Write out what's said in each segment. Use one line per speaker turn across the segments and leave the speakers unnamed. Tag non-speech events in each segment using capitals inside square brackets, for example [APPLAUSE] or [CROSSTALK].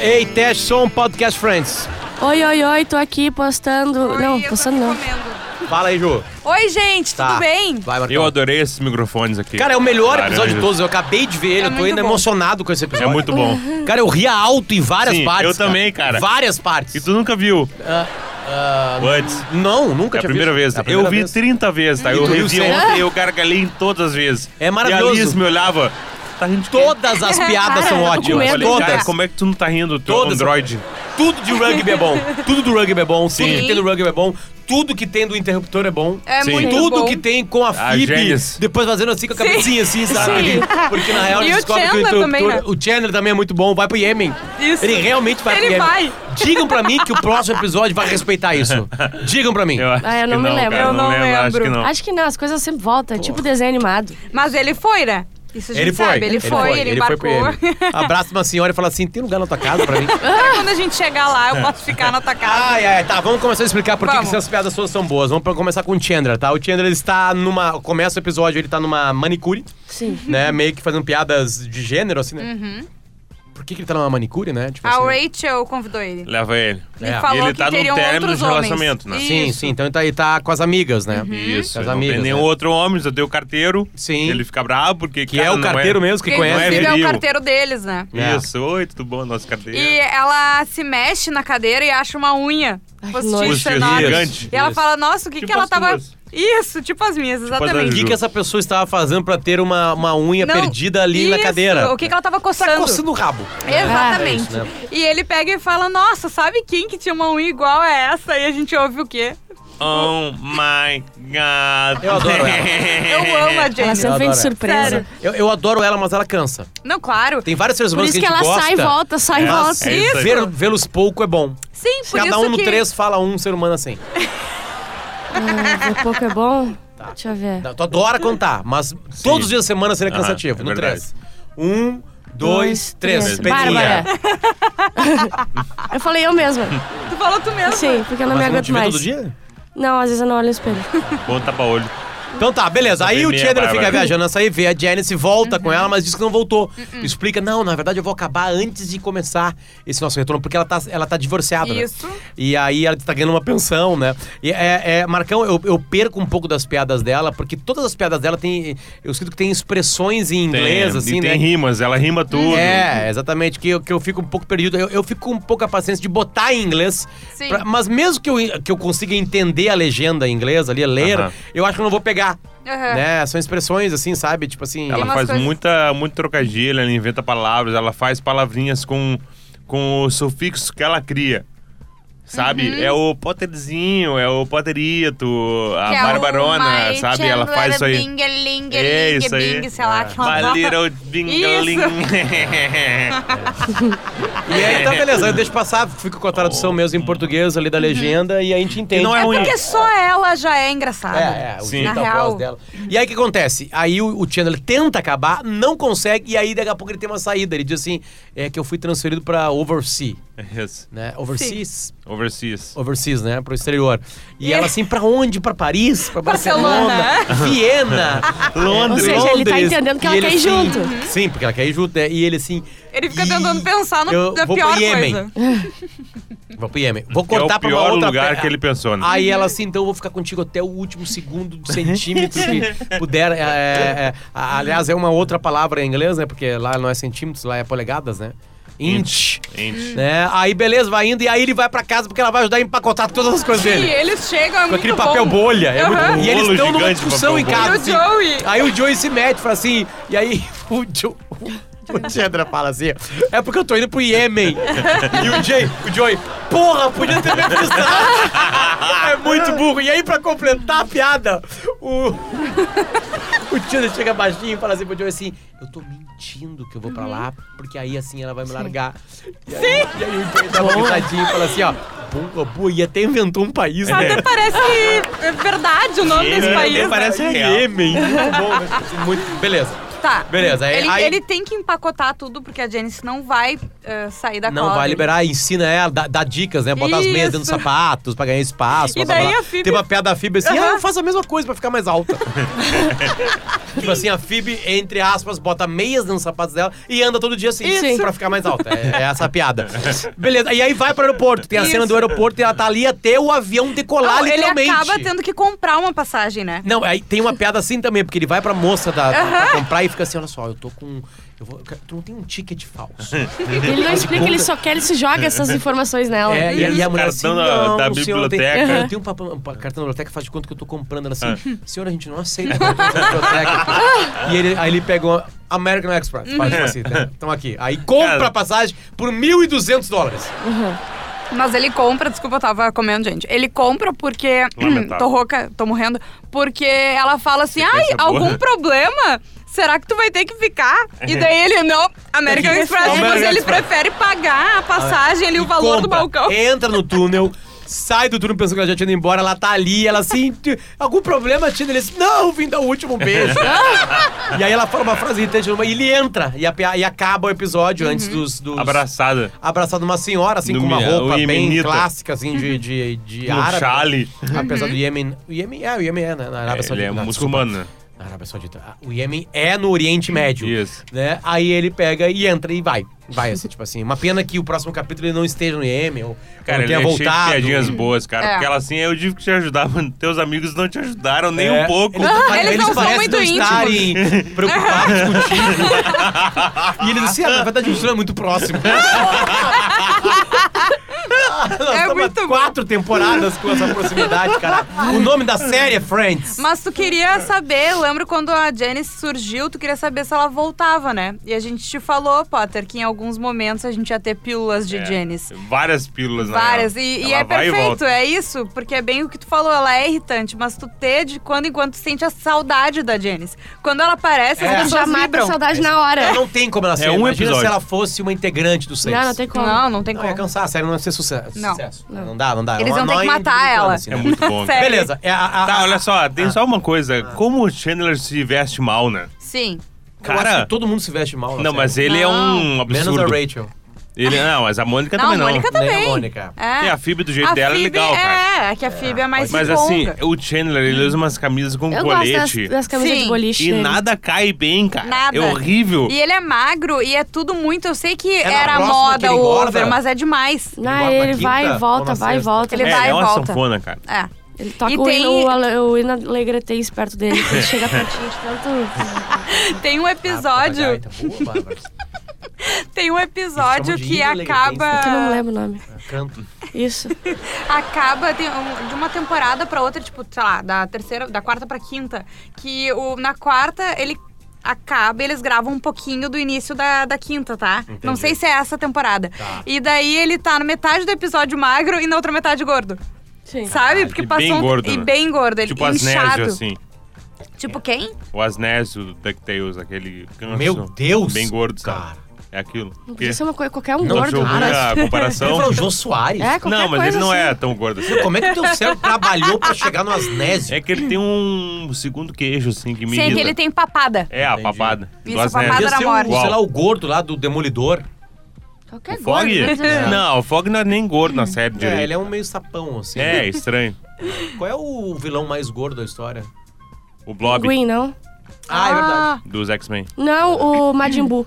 Ei, teste som, podcast friends.
Oi, oi, oi, tô aqui postando.
Oi,
não,
eu tô
postando não.
comendo.
Fala aí, Ju.
Oi, gente,
Tá.
tudo bem?
Vai,
Eu
Marcão.
adorei esses microfones aqui.
Cara, é o melhor
Laranja.
episódio de todos. Eu acabei de ver ele, eu
É
tô
muito
ainda
bom.
emocionado com esse episódio.
né, É muito bom.
Cara, eu ria alto em várias
Sim,
partes.
eu também, cara.
Várias partes.
E tu nunca viu antes?
Não, Ah, nunca
É a
tinha
primeira
visto.
vez.
É a primeira
eu vi
vez. Hum.
30 vezes, tá?
E
Eu
tu viu
revi
cem?
ontem e eu gargalhei em todas as vezes.
É maravilhoso.
E a Alice me olhava. Tá rindo de quê?
Todas
[LAUGHS]
as piadas são
Cara, eu tô com
Eu
ótimas.
medo.
falei, cara,
Todas.
como é que tu não tá rindo do teu
Todas.
Android?
Tudo de rugby é
[LAUGHS]
bom. Tudo do rugby é bom. Tudo que
Sim.
tem do rugby é bom. Tudo que tem do interruptor é bom.
É
Sim.
muito
Tudo
bom.
que tem com
Ah,
a
A
FIP,
Gênesis.
depois fazendo assim com a cabecinha assim, sabe?
Sim.
Porque na real
E
ele
o
descobre que o
Chandler
interruptor.
também, né?
O Chandler também é muito bom, vai pro Iêmen.
Isso.
Ele realmente vai
Ele
pro Iêmen.
vai.
Digam pra mim que o próximo episódio vai respeitar isso. Digam pra mim.
Eu acho
Ah, eu não
que
me
não,
lembro.
Cara,
Eu não
Acho que
lembro.
não.
Acho que não, as coisas sempre voltam, é tipo desenho animado.
Mas ele foi, né? Isso a gente sabe. Ele, foi, ele, embarcou.
pro
[LAUGHS]
Iêmen. Abraça uma senhora e fala assim: tem lugar na tua casa pra mim?
Será que quando a gente chegar lá, eu posso ficar na
[LAUGHS]
tua casa?
Ai, ai, tá, vamos começar a explicar por que que
Vamos.
essas piadas suas são boas. Vamos pra- começar com o Chandra, tá? O Chandra, ele está numa... Começa o episódio, ele tá numa manicure,
Sim.
né? Meio que fazendo piadas de gênero, assim, né? Por que que ele tá numa manicure, né? Tipo
A
assim,
Rachel convidou ele.
Leva ele.
Ele
É.
falou
E ele
que
tá num
teriam
término
outros
de
homens.
relacionamento, né?
Sim,
Isso.
sim, então ele tá, ele tá com as amigas, né?
Isso.
Com as
não
amigas,
tem nenhum
né?
outro homem, só tem o carteiro.
Sim.
Ele fica bravo porque.
Que
cara,
é o
não
carteiro mesmo que
Porque
conhece.
Não
inclusive é o
viril.
carteiro deles, né?
É.
Isso. Oi, tudo bom? Nosso carteiro.
E ela se mexe na cadeira e acha uma unha
Ai, que nojo.
postiça
Postiça,
enorme.
gigante.
E ela
Isso.
fala, nossa, o que,
Tipo
que ela
as
tava...
tuas.
Isso, tipo as minhas,
as
O
exatamente.
que que essa pessoa estava fazendo pra ter uma, uma unha
Não,
perdida ali na
isso,
cadeira?
O que, que ela tava
Tá
coçando?
coçando o rabo.
Exatamente.
É isso, né?
E ele pega e fala: Nossa, sabe quem que tinha uma unha igual a essa? E a gente ouve o quê?
Oh my god.
Eu adoro [LAUGHS]
[LAUGHS]
Eu amo a
Ela
Jenny.
Eu
sempre vem de
adoro.
surpresa.
Sério.
Eu, eu adoro ela, mas ela cansa.
Não, claro.
Tem vários seres
Por
humanos
isso que,
que a gente
ela
gosta.
sai e volta, sai e
É,
[LAUGHS]
volta.
é isso aí.
Vê- Vê-los pouco é bom.
Sim, por
Cada
isso
um no
que...
três fala um ser humano assim.
Ah, ver pouco é bom?
Tá.
Deixa eu ver.
Tu adora contar, mas todos os dias da semana seria
Aham,
cansativo.
é
no
verdade.
três. Um, dois, três. [LAUGHS]
Bárbara. eu falei eu mesma.
Tu falou tu mesmo.
Sim, porque eu não
Mas você não
me aguento
te vê
mais.
todo dia?
Não, às vezes eu não olho
[LAUGHS]
no espelho.
Bom tapa-olho.
Então tá, beleza. Aí
bem
o
meia,
Chandler fica
Bárbara.
viajando nessa aí, vê a Janice, volta
Uhum.
com ela, mas diz que não voltou. Explica, não, na verdade eu vou acabar antes de começar esse nosso retorno, porque ela tá, ela tá divorciada, né?
Isso.
E aí ela tá ganhando uma pensão, né? E é, é, Marcão, eu, eu perco um pouco das piadas dela, porque todas as piadas dela tem. Eu sinto que tem expressões em inglês,
Tem-
assim,
e
né?
tem rimas, ela rima tudo.
É, exatamente, que eu, que eu fico um pouco perdido. Eu, eu fico com um pouco a paciência de botar em inglês.
Sim.
pra- mas mesmo que eu, que eu consiga entender a legenda em inglês ali, ler,
Aham.
eu acho que eu não vou pegar.
Aham.
Né? São expressões assim, sabe? Tipo assim.
Ela
umas
faz
coisas-
muita, muito trocadilho, ela inventa palavras, ela faz palavrinhas com, com o sufixo que ela cria. Sabe?
Uhum.
É o Potterzinho, é o Potterito, a
Que é o
Barbarona,
My
sabe? Ela
Chandler
faz isso aí.
Bingeling,
É
ling,
isso aí.
bing, sei lá. aquela
My
nova.
little
[LAUGHS]
dingling.
E aí, então, beleza, eu deixo passar, fico com a tradução mesmo em português ali da
Uhum.
legenda e a gente entende.
Oh. E não
É
ruim.
porque só ela já é engraçada.
É, é, o
Sim.
jeito da
Na
voz
real.
dela. E aí o que acontece? Aí o, o Chandler tenta acabar, não consegue, e aí daqui a pouco ele tem uma saída. Ele diz assim: é que eu fui transferido pra Overseas,
Yes.
né? Overseas?
Overseas.
Overseas, né? Pro exterior. E
É.
ela assim, pra onde? Pra Paris? Pra Barcelona?
Barcelona.
[LAUGHS] Viena?
Londres.
Ou seja, ele tá entendendo que
E
ela quer ir
assim-
junto.
Sim, porque ela quer ir junto, né? E ele assim.
Ele fica
"Ih,
tentando pensar no,
eu
da
vou
pior
pro Iêmen.
coisa.
Vou pro Iêmen. Vou
É
cortar
o
pra uma
pior
outra
lugar
pe-
que ele pensou, né?
[LAUGHS] Aí ela assim, então eu vou ficar contigo até o último segundo do centímetro que puder. É, é, é. A- aliás, é uma outra palavra em inglês, né? Porque lá não é centímetros, lá é polegadas, né? Inch.
Gente.
Né? Aí beleza, vai indo e aí ele vai pra casa porque ela vai ajudar a empacotar todas as coisas
E
dele.
eles chegam, é
Com
muito
aquele
bom.
papel bolha. É muito
Aham.
bom. E eles
Bolo
estão numa
gigante de
discussão em
papel
casa.
bolha.
assim.
E o Joey?
Aí o Joey se mete, fala assim. E aí o Joey.
[LAUGHS]
O Chandra fala assim, é porque eu tô indo pro Iêmen. E o Jay, o Joey, porra, podia ter me avisado. [LAUGHS] É muito burro. E aí, pra completar a piada, o. O Chandra chega baixinho e fala assim pro Joey assim: Eu tô mentindo que eu vou pra lá, porque aí assim ela vai me largar. E aí, e aí o Joey dá uma risadinha e fala assim: Ó, boa, boa, e até inventou um país, né? [LAUGHS]
Até parece é verdade o nome
Sim,
desse
né?
país.
Até
né?
parece-
Iêmen. Muito bom, né? Muito- Beleza.
Tá.
Beleza, aí-
Ele,
aí-
ele tem que empacotar tudo, porque a Janice não vai eh, sair da
Não,
cola.
vai
dele.
liberar, ensina ela, dá, dá dicas, né? Botar as meias dentro dos
Isso.
sapatos pra ganhar espaço. blá,
E
blá,
daí
blá.
a Phoebe-
Tem uma piada da Phoebe assim,
Aham.
ah, eu faço a mesma coisa pra ficar mais alta. [LAUGHS] tipo assim, a Phoebe, entre aspas, bota meias dentro dos sapatos dela e anda todo dia assim,
Isso.
pra ficar mais alta. É, é essa a piada. Beleza, e aí vai pro aeroporto. Tem a cena
Isso.
do aeroporto e ela tá ali até o avião decolar,
Não, ele
literalmente.
acaba tendo que comprar uma passagem, né?
Não, aí tem uma piada assim também, porque ele vai pra moça da, pra
Aham.
comprar e fica assim, olha só, eu tô com... Eu vou, tu não tem um ticket falso.
Ele não explica, ele só quer, ele se
[LAUGHS]
joga essas informações nela.
É, e aí a mulher assim,
Cartão da-
não,
da
o senhor não tem-
biblioteca. Ah.
Eu tenho um, papel, um pa- cartão da biblioteca, faz de conta que eu tô comprando. Ela assim, senhora, a gente não aceita cartão da biblioteca. e ele, aí ele pega uma American Express, faz tipo assim,
[LAUGHS]
né? Então aqui. Aí compra
Uhum. Cara.
a passagem por 1.200 dólares.
Mas ele compra, desculpa, eu tava comendo, gente. Ele compra porque.
Lamentável.
[CLEARS THROAT] tô rouca, tô morrendo. Porque ela fala assim: ai,
Sequência boa."
algum problema? Será que tu vai ter que
[LAUGHS]
ficar? E daí ele, não, American
Tem que-
Express,
American
mas ele
Express.
prefere pagar a passagem ali, o
E
valor do
compra,
balcão.
Entra no túnel. Sai do túnel pensando que ela já tinha ido embora, ela tá ali, ela assim, "Ti- algum problema, Tina? Ele disse, não, vim dar o último
[LAUGHS]
beijo. e aí ela fala uma frase intencional, e ele entra, e, a pia- e acaba o episódio antes
Uhum.
dos, dos,
Abraçada.
abraçado uma senhora, assim,
No
com uma
mi-
roupa
o
bem
iemenita.
clássica, assim, de, de, de
[LAUGHS] No
árabe.
chale.
Apesar do Iêmen... O Iêmen é, o Iêmen é na na Arábia
Ele
Saudita.
é
não,
muçulmano.
desculpa. Na Arábia Saudita. Ah, O Iêmen é no Oriente Médio.
Isso.
Né? Aí ele pega e entra e vai. Vai, assim, tipo assim. Uma pena que o próximo capítulo ele não esteja no Iêmen, ou
Cara,
ou
ele
tenha
é
voltado.
cheio de piadinhas boas, cara.
É.
Porque ela assim, eu tive que te ajudar, mas teus amigos não te ajudaram nem
É,
um pouco.
Eles, não-
Ah, Eles não são
parecem
muito
não
íntimos.
estarem
[LAUGHS]
preocupados contigo. e ele disse, ah, na verdade o Sul é muito
[LAUGHS]
próximo. Nós estamos há
É muito bom.
quatro temporadas com essa proximidade, cara. O nome da série é Friends.
Mas tu queria saber, eu lembro quando a Janice surgiu, tu queria saber se ela voltava, né? E a gente te falou, Potter, que em alguns momentos a gente ia ter pílulas de
É,
Janice.
Várias pílulas, na
Várias.
real.
E, e
Ela
é
vai
perfeito,
volta.
é isso. Porque é bem o que tu falou, ela é irritante, mas tu ter de quando em quando tu sente a saudade da Janice. Quando ela aparece,
É.
as
Ele já
pessoas
mata a
vibram.
saudade na hora.
Não tem como ela ser.
um
Imagina
episódio.
se ela fosse uma integrante do Saints.
Não, não tem como.
Não, não tem
Não, é ia
como.
cansar, a série não ia ser sucesso.
Não.
Sucesso.
Não.
Não dá, não dá. É
Eles
uma
vão ter que
annoying
matar
de
ela.
assim, né?
[LAUGHS]
É muito bom. cara.
Sério.
Beleza. é a- a-
Tá,
a-
olha só, tem só uma coisa. Como o Chandler se veste mal, né?
Sim.
Eu acho
Cara,
que todo mundo se veste mal. na
não,
série.
mas ele é um
Menos
absurdo.
a Rachel.
Ele, não, mas a Mônica
Não,
também
a
não.
Mônica
Nem
também.
a Mônica.
É.
E a Phoebe do jeito
A
dela é
Phoebe
legal, cara.
É, é que a Phoebe é mais
Mas assim,
longa.
o Chandler, ele usa umas camisas com
Eu gosto das,
colete.
das camisas
Sim.
de boliche.
E
dele.
nada cai bem, cara.
Nada.
É horrível.
E ele é magro e é tudo muito. Eu sei que
na
era
próxima que
moda
ele
o
engorda?
over, mas é demais.
Não,
Ele
ele
bota na
vai
quinta
e volta,
ou na
vai e
sexta?
volta.
Ele
é,
vai
é
e
uma
volta.
sanfona, cara.
É.
Ele toca
E
o,
tem-
hino, o, Ale- o hino Alegretês perto dele. Ele
[LAUGHS]
chega pertinho de tanto.
Tem um episódio.
Ah, puta, gaita. Boa, Bárbara.
tem um episódio
Eles chamam de
que
hino alegre,
acaba.
Ah.
Que eu não lembro o nome.
Ah, Canto.
Isso.
acaba de, um- de uma temporada pra outra, tipo, sei lá, da terceira, da quarta pra quinta, que o, na quarta ele acaba e eles gravam um pouquinho do início da, da quinta, tá? Não sei se é essa temporada.
Tá.
E daí ele tá na metade do episódio magro e na outra metade gordo.
Sim.
Sabe? Porque
e
passou
bem
um-
gordo,
e
né?
bem gordo, ele
Tipo
inchado.
Asnésio, assim.
Tipo quem?
O Asnésio do DuckTales, aquele ganso.
Meu Deus!
Bem gordo, sabe?
Cara.
É aquilo.
Não
Porque
podia ser uma coisa, qualquer um
não
gordo.
achou ruim a
Você falou
comparação.
o Jô Soares?
É, qualquer
não, mas
coisa
ele não
assim.
é tão gordo assim.
Como é que o teu cérebro trabalhou pra chegar no asnésio?
É que ele tem um segundo queijo, assim, que me
Sim, que
irrita.
ele tem papada.
É, a
Entendi.
papada.
Isso,
do
a
Asnésio. assim,
papada um-
Podia
da
ser
morte.
o, sei lá, o gordo lá do Demolidor.
Qualquer
é
Fog?
gordo. né?
[LAUGHS] Não, o Fog não é nem gordo
Hum.
na série direito.
É, ele é um meio sapão, assim.
É, estranho.
Qual é o vilão mais gordo da história?
O Blob
Green, não?
Ah, é verdade.
dos X-Men.
Não, o Majin
[LAUGHS]
Buu.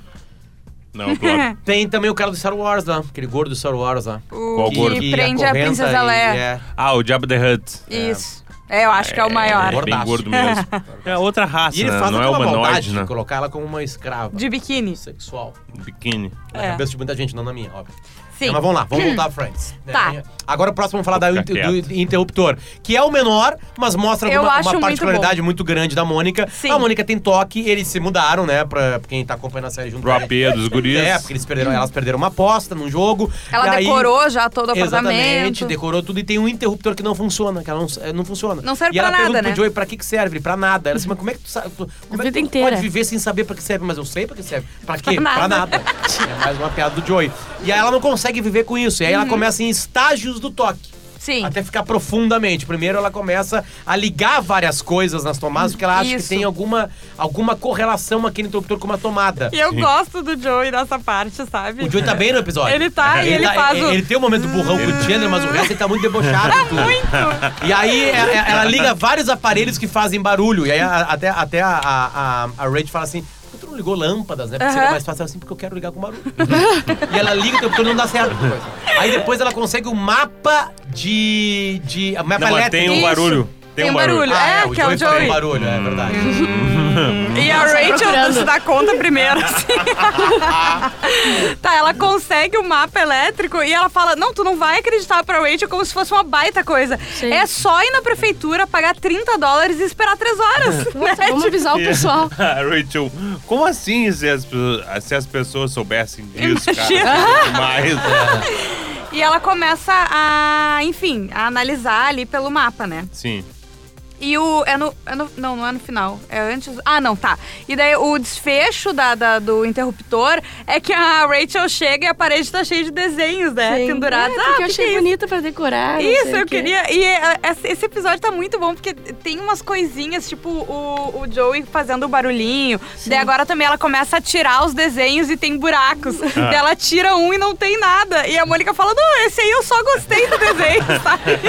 Não, o Blob.
Tem também o cara do Star Wars lá, aquele gordo do Star Wars lá.
Qual
O
gordo?
que prende a
acorrenta
princesa
e-
Leia.
é.
Ah, o Diabo the Hutt.
Isso. É, eu acho que é o maior.
É, bem
Gordaço.
gordo
[LAUGHS]
mesmo. É outra raça,
E ele
né?
faz
não é
toda uma maldade
humanoide,
de
né?
colocar ela como uma escrava
De biquíni.
sexual.
Biquíni.
Na
É.
cabeça de muita gente, não na minha, óbvio.
Sim. Hum.
Mas vamos lá, vamos voltar a Friends. né?
Tá.
Agora o próximo vamos falar da
Vou
inter-
ficar
do interruptor, que é o menor, mas mostra
Eu
uma,
acho
uma
muito
particularidade muito, grande da Mônica.
Sim.
A Mônica tem toque, eles se mudaram, né, pra pra quem tá acompanhando a série junto.
Pro AP dos guris.
É, porque eles perderam, elas perderam uma aposta num jogo. e
Ela
aí-
decorou já todo o
Exatamente,
apartamento.
decorou tudo e tem um interruptor que não funciona, que ela não, eh, não funciona.
Não serve
e ela
pra
pergunta
nada,
pro
né?
Joey pra que, que serve? Ele, Pra nada. Ela disse, mas como é que tu sabe? tu- Como é
vida
que tu
inteira.
pode viver sem saber pra que serve? Mas eu sei pra que serve. Pra quê?
nada.
Pra nada. É mais uma piada do Joey. E aí ela não consegue viver com isso. E aí ela começa em estágios do toque.
Uhum. Sim.
Até ficar profundamente. Primeiro ela começa a ligar várias coisas nas tomadas, porque ela acha que
Isso.
tem alguma, alguma correlação aquele interruptor com uma tomada.
E eu gosto do Joey nessa parte, sabe?
O Joey tá bem no episódio.
Ele tá, e ele faz o-
Ele tem um momento burrão com o Chandler, mas o resto ele tá muito debochado. e tudo.
Muito!
E aí é- é- ela, liga vários aparelhos que fazem barulho. E aí a- até, até a, a, a, a Rach fala assim. "Por que Tu não ligou lâmpadas, né? Porque seria
Aham.
mais fácil Ela, assim, porque eu quero ligar com barulho. [LAUGHS] e ela liga o tempo todo e não dá certo. depois. Aí depois ela consegue o mapa de. de a mapa
Não, mas
elétrica.
tem um
Isso.
barulho. Tem, um barulho.
Ah, é,
É,
o
que é
Joey
o
faz um
Joey.
barulho, é verdade.
E a Rachel se dá conta primeiro,
[LAUGHS]
assim. tá, ela consegue o mapa elétrico e ela fala: Não, tu não vai acreditar pra Rachel como se fosse uma baita coisa.
Sim.
É só ir na prefeitura, pagar 30 dólares e esperar 3 [LAUGHS] horas. né?"
Vamos, vamos avisar o
[LAUGHS]
pessoal.
A Rachel, Ah, como assim se as, pe- se as pessoas soubessem disso, cara? né?
Imagina.
Demais.
E ela começa a, enfim, a analisar ali pelo mapa, né?
Sim.
E o. É no, é no- não, não é no final. É antes. Ah, não, tá. E daí o desfecho da, da- do interruptor é que a Rachel chega e a parede tá cheia de desenhos, né?
Sim.
Pendurados.
É,
ah,
porque
que
eu achei
que é isso?
bonita pra decorar. não sei
Isso,
o
eu
quê.
queria. E é, esse- esse episódio tá muito bom, porque tem umas coisinhas, tipo o, o Joey fazendo o barulhinho. Daí agora também ela começa a tirar os desenhos e tem buracos. Daí ela tira um e não tem nada. E a Mônica fala: Não, esse aí eu só gostei do desenho, [LAUGHS] sabe?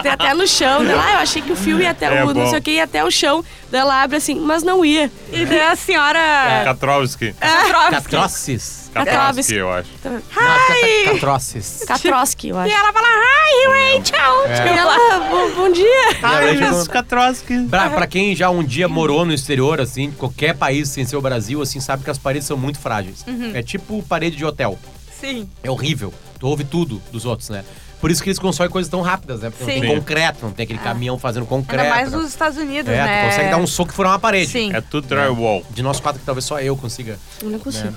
[LAUGHS] Tem até no chão. Né? Ah, eu achei que o filme ia até
É
o não
bom.
sei o que, ia até o chão. Daí ela abre assim, mas não ia.
E daí a
É,
senhora. é,
Katrovski.
Katrovsky.
Catroces?
Katrovski, eu acho.
Não, é catroces.
Katroski, eu
E [LAUGHS]
acho.
ela fala, hi, Rachel!
E ela, "Ah, bom, bom dia.
Ah,
Ai, Rachel- mas
é Katrovski.
Pra, pra quem já um dia morou no exterior, assim, qualquer país sem ser o Brasil, assim, sabe que as paredes são muito frágeis.
Uhum.
É tipo parede de hotel.
Sim.
É horrível. Tu ouve tudo dos outros, né? Por isso que eles constroem coisas tão rápidas, né? Porque
Sim. Ah.
não
Sim.
tem concreto, não tem aquele caminhão fazendo concreto.
Ainda mais
né?
nos Estados Unidos,
É,
né?
tu consegue dar um soco e furar uma parede.
Sim.
É tudo drywall.
De nós quatro, que talvez só eu consiga.
Eu não consigo.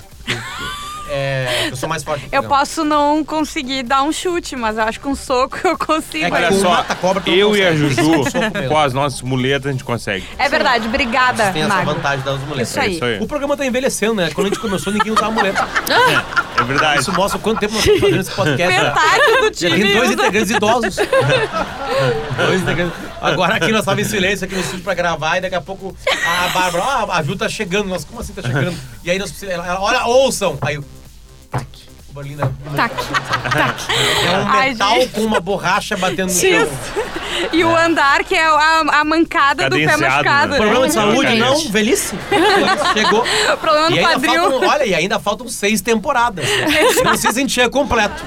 É, eu sou mais forte.
Eu
não.
posso não conseguir dar um chute, mas eu acho que um soco eu consigo.
É que
É,
Olha
com
só,
mata-cobra tu não
eu e a
consegue.
Juju,
Soco mesmo.
com as nossas muletas, a gente consegue.
É verdade, obrigada,
Tem essa
Mago.
vantagem das mulheres.
Isso aí.
Isso aí.
O programa tá envelhecendo, né? Quando a gente começou, ninguém usava muleta.
É verdade.
Isso mostra o quanto tempo nós estamos fazendo esse podcast. né?
Metade do
[LAUGHS] Já tem
time.
dois
usa-
integrantes idosos. [LAUGHS] dois integrantes. Agora aqui nós estávamos em silêncio aqui no estúdio pra gravar e daqui a pouco a Bárbara, ó, a Ju tá chegando. Nós, como assim tá [LAUGHS] chegando? E aí nós precisamos. Ela, ela, olha, ouçam! Aí eu. Tac. O barulhinho da-
Tac,
[LAUGHS]
tac.
É um
Tá Ai,
metal
gente.
com uma borracha batendo no chão.
Isso. E o andar, que é a, a mancada do pé
Cadenciado,
machucado.
né?
Problema de
Não,
saúde?
cara,
Não,
isso.
velhice. Chegou.
Problema
E
do
ainda
quadril. [LAUGHS]
faltam, olha, e ainda faltam seis temporadas. né? Não sei se a gente chega completo.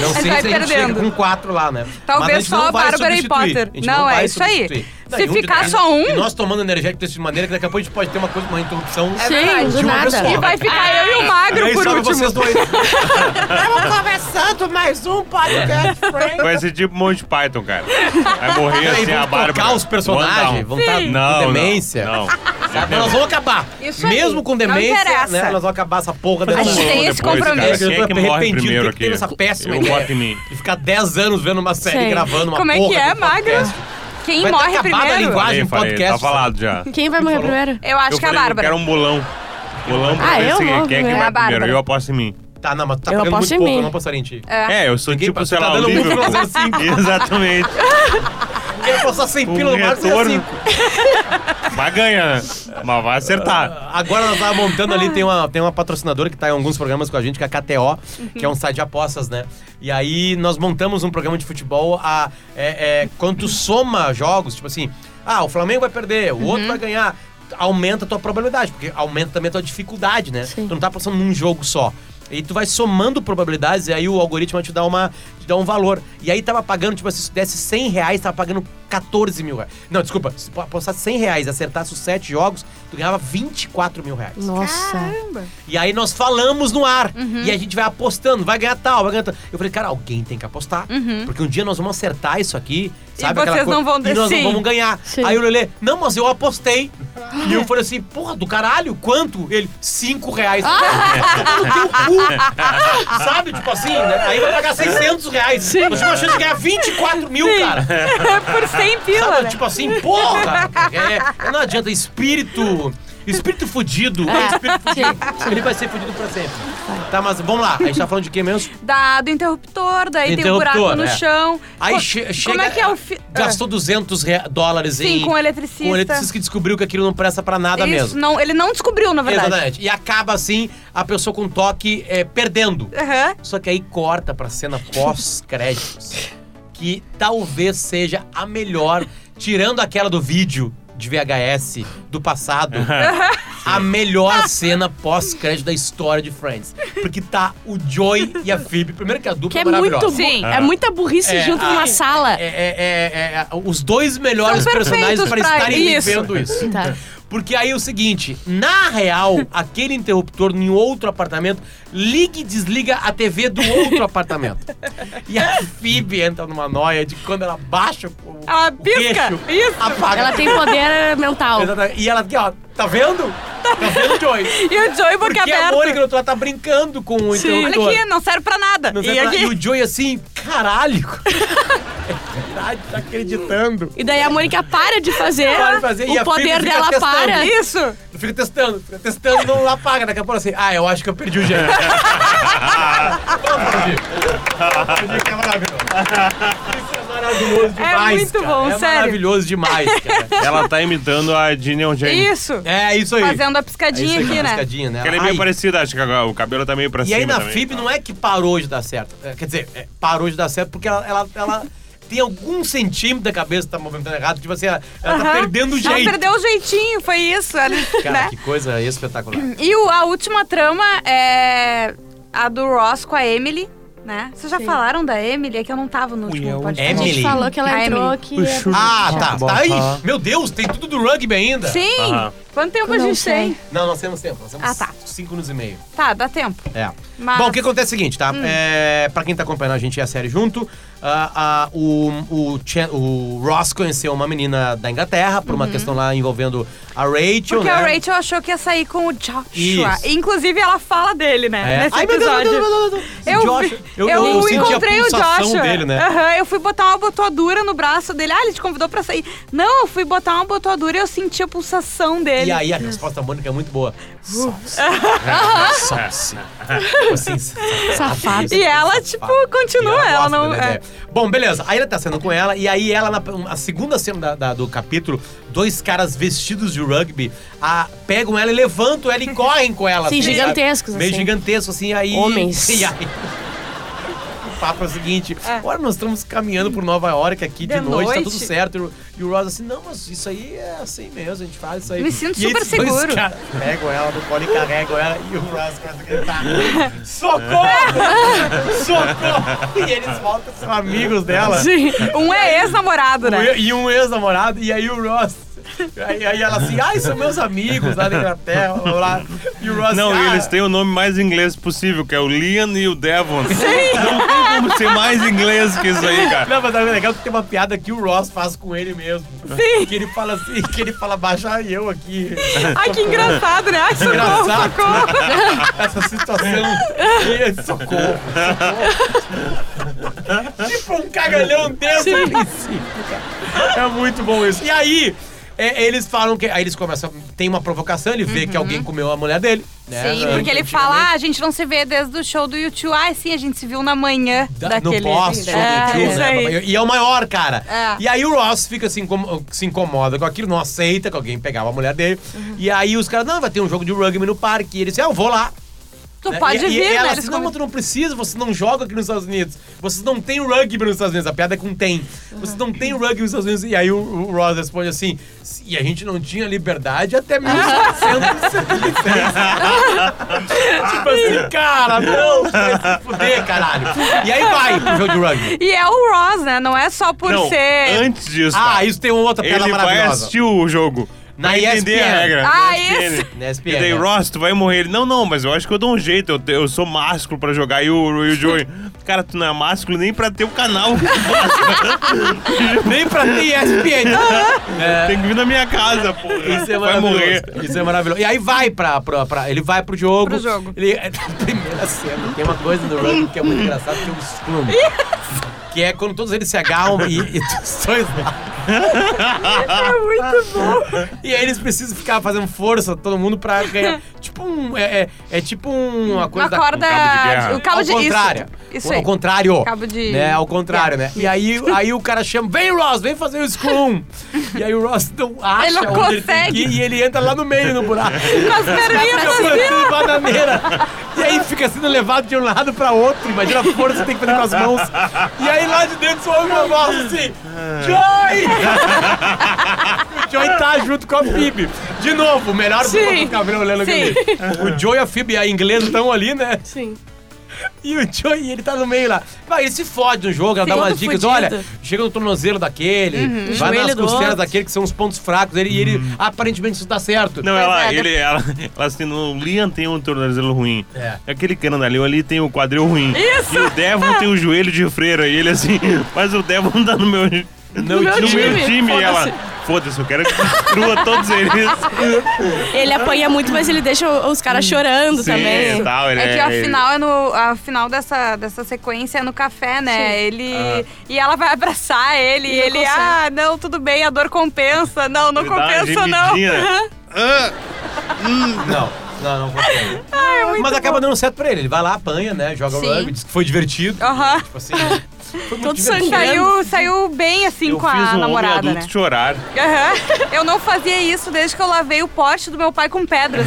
Não sei se a
vai
gente chega
perdendo.
com quatro lá, né? Mas
Talvez
gente
só
não
a
vai
Bárbara e
substituir.
Potter.
A gente
Não, é
vai
isso aí.
substituir.
Se
e
ficar
de-
só um-
E nós tomando energético desse tipo de maneira que daqui a pouco a gente pode ter uma coisa, uma interrupção.
É
Sim,
verdade.
do
De uma
nada.
pessoa.
E vai ficar eu e o
E
Magro
aí
por
sobra
último.
vocês dois.
[LAUGHS] Estamos começando mais um
[LAUGHS]
podcast, Frank.
Vai ser tipo Monty Python, cara. Vai morrer
Peraí,
assim a
vamos
Bárbara.
trocar os personagens?
One down.
Vão estar
Sim.
Não,
com demência?
Não.
é, Mas nós vamos acabar.
Isso aí.
Mesmo com
Não
demência,
interessa.
né, nós vamos acabar essa porra
Todo
dessa
gente
mundo
tem
depois,
esse
cara.
compromisso.
Quem é que
tô
morre primeiro
tem que ter
aqui?
essa péssima
Eu
ideia
voto em mim.
de ficar 10 anos vendo uma série,
Sei.
gravando uma
Como é
porra
que
de
é,
um podcast.
Magro? Quem
Vai ter
morre
acabado a
primeiro?
linguagem.
Falei,
no
falei,
podcast,
tá falado já.
Quem vai morrer primeiro?
Eu acho
eu
que é a
falei,
é Bárbara. [LAUGHS]
Eu quero um bolão. Bolão pra
Ah,
ver
eu
se
vou,
quem é que
é
vai
a
Bárbara.
primeiro. Eu aposto em mim.
Tá, não, mas tu tá
Eu
pagando muito
aposto em
pouco,
mim.
eu não apostaria em ti.
É, eu sou
Ninguém
tipo,
passa-
sei
tá
lá, o
dando muito
Liverpool.
pra fazer cinco.
assim. [LAUGHS] Exatamente.
Eu ia passar 100 pila
Um
no Marcos e ia
retorno.
cinco.
Mas ganha, né? Mas vai acertar.
Ah, Agora nós tava montando ali, tem uma, tem uma patrocinadora que tá em alguns programas com a gente, que é a KTO, que é um site de apostas, né? E aí nós montamos um programa de futebol a é, é, quando tu soma jogos, tipo assim, ah, o Flamengo vai perder, o outro vai ganhar, aumenta a tua probabilidade, porque aumenta também a tua dificuldade, né?
Sim.
Tu não tá passando num jogo só. E tu vai somando probabilidades e aí o algoritmo vai te dar uma te dá um valor. E aí tava pagando, tipo, assim, se tu desse 100 reais, tava pagando 14 mil reais. Não, desculpa, se tu apostasse 100 reais e acertasse os 7 jogos, tu ganhava 24 mil reais.
Nossa.
E aí nós falamos no ar.
Uhum.
E a gente vai apostando, vai ganhar tal, vai ganhar tal. Eu falei, cara, alguém tem que apostar. Porque um dia nós vamos acertar isso aqui, sabe? aquela
Uhum. vocês
coisa,
não vão
E nós não
descer.
vamos ganhar.
Sim.
Aí o Lelê, não, mas eu apostei. E
Ah.
eu falei assim, porra, do caralho, quanto? Ele, cinco reais.
Ah.
Toma [LAUGHS] no teu cu. sabe, tipo assim, né? Aí vai pagar 600 reais. Você tinha uma chance de ganhar 24 mil, cara.
por 100 pila.
Sabe,
né?
tipo assim, porra! É, não adianta, espírito. Espírito fudido. É. Espírito fudido. Ele vai ser fudido pra sempre. Tá, mas vamos lá. A gente tá falando de quem mesmo?
Da, do interruptor, daí
Interruptor,
tem um buraco no
é.
chão.
Aí
Co-
che-
como
chega.
é que é o fi-
Gastou 200 rea- dólares em.
Sim, com o eletricista.
Com o eletricista que descobriu que aquilo não presta pra nada
Ah, Isso,
mesmo.
Não, ele não descobriu, na verdade.
Exatamente. E acaba assim, a pessoa com toque é, perdendo.
Aham.
Só que aí corta pra cena pós-créditos, que talvez seja a melhor, tirando aquela do vídeo de VHS do passado, a melhor cena pós-crédito da história de Friends. Porque tá o Joey e a Phoebe. Primeiro que a dupla
Que
é
é muito
maravilhosa.
bu-
Sim.
É muita burrice
É,
junto
a-
numa sala.
É, é, é, é, os dois melhores
São
personagens
perfeitos
para
pra
estarem
isso.
vivendo isso.
Tá.
Porque aí é o seguinte, na real, aquele interruptor em outro apartamento liga e desliga a TV do outro apartamento. E a Phoebe entra numa noia de que quando ela baixa o,
Ela
o
pisca,
queixo,
isso.
apaga.
Ela tem poder mental.
Exatamente. E ela aqui, ó, tá vendo? Tá vendo, Joy?
E o Joey
Porque
boca
a
aberta.
Mônica ela tá brincando com o
Sim.
interruptor.
Olha aqui, não serve pra nada.
Não sei
e
pra-
aqui...
e o Joey assim, caralho. [LAUGHS] É verdade, tá acreditando.
E daí a Mônica para de fazer.
Para de fazer, e a
o poder
Phoebe fica
dela
testando.
para.
[LAUGHS] Isso.
Fica testando, fica testando, não apaga. Daqui a pouco assim, ah, eu acho que eu perdi o jeito.
[LAUGHS]
Isso é maravilhoso. Isso é maravilhoso demais,
muito
cara.
bom,
é
sério.
maravilhoso
[LAUGHS]
demais, cara.
Ela tá imitando a Ginny Eugênio.
Isso.
É isso aí.
Fazendo a
é isso
piscadinha
aí,
aqui,
uma
né?
piscadinha, né?
Porque Ela é meio
Ai,
parecida, acho que agora o cabelo tá meio pra
E
cima
aí na
também.
FIB não é que parou de dar certo. É, quer dizer, é, parou de dar certo porque ela, ela, ela tem algum centímetro da cabeça que tá movimentando errado. Tipo assim, ela, ela tá
Aham.
perdendo o
Ela
jeito.
perdeu o jeitinho, foi isso. ela-
[LAUGHS] Cara,
né?
que coisa espetacular.
E o- a última trama é a do Ross com a Emily, né? Vocês já
Sim.
falaram da Emily? É que eu não tava no último podcast.
A
Emily.
gente falou que é- ela
A
entrou
Emily.
aqui.
Ah, tá. Tá aí. Meu Deus, tem tudo do rugby ainda.
Sim!
Aham.
Quanto tempo a
Não
gente
sei.
tem?
Não, nós temos tempo. Nós temos
Ah, tá.
cinco anos e meio.
Tá, dá tempo.
É.
Mas-
Bom, o que acontece é o seguinte, tá? É, pra quem tá acompanhando a gente e a série junto, ah, ah, o, o, Chan- o Ross conheceu uma menina da Inglaterra por uma questão lá envolvendo a Rachel,
Porque
né?
a Rachel achou que ia sair com o Joshua.
Isso.
Inclusive, ela fala dele, né?
É.
Nesse
Ai, meu Deus, meu
episódio.
Deus, meu Deus, meu Deus.
Eu,
Josh,
vi- eu,
senti a
encontrei o
pulsação
Joshua.
dele, né?
Aham, eu fui botar uma botoadura no braço dele. Ah, ele te convidou pra sair. Não, eu fui botar uma botoadura e eu senti a pulsação dele.
E aí a resposta da Mônica é muito boa. Salsa. Salsa. Assim,
Safado.
E ela, tipo, continua,
E
ela
gosta
não-
da
é.
ideia. Bom, beleza. Aí ele tá saindo com ela, e aí ela, na um, a segunda cena da- da- do capítulo, dois caras vestidos de rugby a- pegam ela e levantam ela e correm com ela.
Sim,
assim, sabe?
gigantescos,
Meio
assim.
gigantesco, assim, aí.
Homens.
[LAUGHS] E aí. O papo é o seguinte,
É.
olha, nós estamos caminhando por Nova York aqui de,
De
noite, tá tudo
noite.
certo. E o- E o Ross assim, não, mas isso aí é assim mesmo, a gente faz isso aí.
Me sinto
E
super
esses dois
seguro.
caras Pegam ela no colo e carregam ela e o Ross começa a gritar. Socorro! Socorro! E eles voltam, assim. são amigos dela.
Sim.
Um é ex-namorado, né?
E um ex-namorado, e aí o Ross. Aí, aí ela assim, ai, são meus amigos lá da Inglaterra, blá, blá. E o Ross
Não,
ah,
e eles têm o nome mais inglês possível, que é o Liam e o Devon. Não tem como ser mais inglês que isso aí, cara.
Não, mas é legal que tem uma piada que o Ross faz com ele mesmo. Sim. Que ele fala assim, que ele fala, baixa eu
[LAUGHS]
aqui.
Ai, que
[LAUGHS]
engraçado, né? Ai, socorro,
Engraçado.
socorro.
[LAUGHS] Essa situação. Ih, socorro, socorro. [LAUGHS] tipo um cagalhão dentro do princípio, cara. É muito bom isso. E aí, é, eles falam que. Aí eles começam. Tem uma provocação, ele vê que alguém comeu a mulher dele. Né?
Sim, porque ele
Antigamente.
fala, ah, a gente não se vê desde o show do YouTube. Ah, sim, a gente se viu na manhã
Da, no
"Ah, daquele...
boss, show
é,
do tio,
isso
né?
aí.
E é o maior, cara.
É.
E aí o Ross fica assim, como- se incomoda com aquilo, não aceita que alguém pegava a mulher dele.
Uhum.
E aí os caras, não, vai ter um jogo de rugby no parque. E ele disse, ah, eu vou lá.
Tu
né?
pode
e,
vir,
e ela assim,
né? Eles
não, mas tu não precisa, você não joga aqui nos Estados Unidos. Vocês não têm rugby nos Estados Unidos. A piada é com tem. Vocês não têm rugby nos Estados Unidos. E aí o, o Ross responde assim, e a gente não tinha liberdade até 1776. [LAUGHS] tipo assim, cara, não, vai se fuder, caralho. E aí vai o jogo de rugby.
E é o Ross, né? Não é só por
Não,
ser...
antes disso,
Ah,
tá?
isso tem uma outra piada
ele vai
maravilhosa.
assistir o jogo.
Na
pra entender
ESPN.
a regra.
Ah,
na ESPN.
isso.
Na ESPN,
E daí,
é.
Ross, tu vai morrer. Ele, não, não, mas eu acho que eu dou um jeito. Eu, te- eu sou másculo pra jogar. E o, e o Joey, cara, tu não é másculo nem pra ter o canal. [LAUGHS]
Nem pra ter ESPN.
Tem que vir na minha casa, pô.
Isso é
vai
maravilhoso.
morrer.
Isso é maravilhoso. E aí vai pra, pra, pra- Ele vai pro jogo.
Pro jogo.
Ele, na primeira cena, tem uma coisa no rugby que é muito engraçada, que é o scrum. Que é quando todos eles se agarram e, e os dois lados E aí eles precisam ficar fazendo força, todo mundo, pra ganhar. tipo um. É, é- é tipo um- uma coisa da
Uma corda.
cabo de guerra.
o cabo
ao
de.
contrário.
Isso, isso
O-
aí.
Ao contrário.
Cabo de-
Né? Ao contrário, né? E aí, aí o cara chama, vem Ross, vem fazer o Scrum. e aí o Ross não acha
Ele não
onde ele tem
consegue.
que ir e ele entra lá no meio, no buraco.
Com as perninhas
Fica
assim.
plantando bananeira. E aí fica sendo levado de um lado pra outro. Imagina a força que tem que fazer com as mãos. E aí lá de dentro só ouve uma voz assim: Joy! [LAUGHS] o Joy tá junto com a Phoebe. De novo, o melhor
Sim.
do cabelo olhando
Sim.
aquele. O Joy e a Phoebe, a inglesa, estão ali, né?
Sim.
E o Joey, ele tá no meio lá. Vai, ele se fode no jogo, ela dá
Todo
umas dicas.
fudido. Uhum.
Olha, chega no tornozelo daquele, vai
Joelho
nas
do
costelas
outro.
daquele, que são os pontos fracos. Ele, e ele aparentemente isso dá certo.
Não, ela,
é,
ele, ela, ela assim, no Liam tem um tornozelo ruim.
É.
Aquele cano ali, ali tem o quadril ruim. Isso! E o Devon tem o joelho de freira. E ele assim, [LAUGHS] mas o Devon não tá no meu,
Não,
meu
no meu
time,
time. E ela, foda-se, eu quero que destrua todos
[LAUGHS]
eles.
Ele apanha muito, mas ele deixa o- os caras chorando
Sim,
também.
tal, ele
É que a final, é no, a final dessa, dessa sequência é no café, né? Ele. E ela vai abraçar ele.
E
E
não
ele,
consegue.
ah, não, tudo bem, a dor compensa. Não, não
Ele dá uma
compensa, não. [LAUGHS]
gemidinha.
Não, não, não
[LAUGHS]
consegue. Mas acaba dando certo pra ele. Ele vai lá, apanha, né? Joga
é Sim.
rugby, diz que foi divertido.
Aham.
Tipo assim, foi muito
Todo
divertido.
sangrado.
Saiu, saiu bem assim
Eu
com
fiz
a
um homem
namorada,
adulto
né?
chorar.
Aham. Eu não fazia isso desde que eu lavei o pote do meu pai com pedras.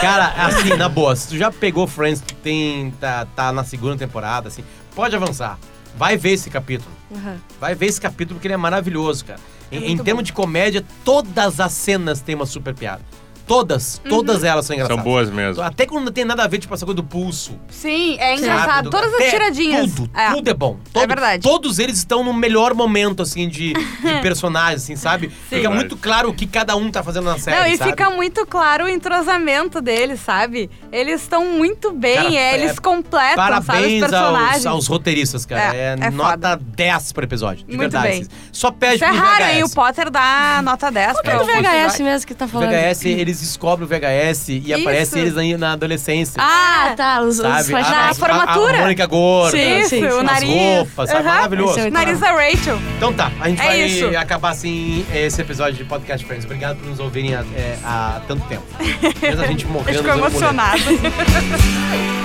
Cara, assim, na boa, se tu já pegou Friends, tu tem, tá, tá na segunda temporada, assim, pode avançar. Vai ver esse capítulo.
Aham. É
Vai ver esse capítulo porque ele é maravilhoso, cara. Em, em termos de comédia, todas as cenas têm uma super piada. Todas,
Uhum.
todas elas são engraçadas.
São boas mesmo.
Até quando não tem nada a ver, tipo essa coisa do pulso.
Sim, é engraçado.
rápido,
Todas as
até
tiradinhas.
Tudo,
É.
tudo é bom. Todo-
verdade.
Todos eles estão no melhor momento, assim, de,
[LAUGHS]
de personagem, assim, sabe? Fica
Verdade.
muito claro o que cada um tá fazendo na série,
Não, e
sabe?
fica um muito claro o entrosamento deles, sabe? Eles estão muito bem,
Cara,
é,
é,
eles completam, sabe, os
Parabéns
personagens.
aos, aos roteiristas, cara.
É,
É,
é
nota
foda.
10 pro episódio. De
Muito
verdade. assim.
bem.
Só pede
Isso é
pro
raro, hein? O
VHS.
Potter dá nota 10 pra
É,
O
o
alguns
VHS
episódios.
mesmo que tá
O
falando.
VHS, eles descobrem o VHS e aparecem eles aí na adolescência.
Ah,
Ah, tá. Os, os
sabe?
flash-
na
a, a,
formatura.
A, a Mônica Gorda.
Sim,
isso,
sim,
o
sim.
As
nariz.
roupas, sabe?
Aham.
Maravilhoso.
Esse é
O nariz da Rachel.
Então tá, a gente
É
vai
isso.
acabar assim esse episódio de Podcast Friends. Obrigado por nos ouvirem há, é, há tanto tempo. Mesmo a gente
Eu
morrendo.
fico
nos orgulhando.
emocionada.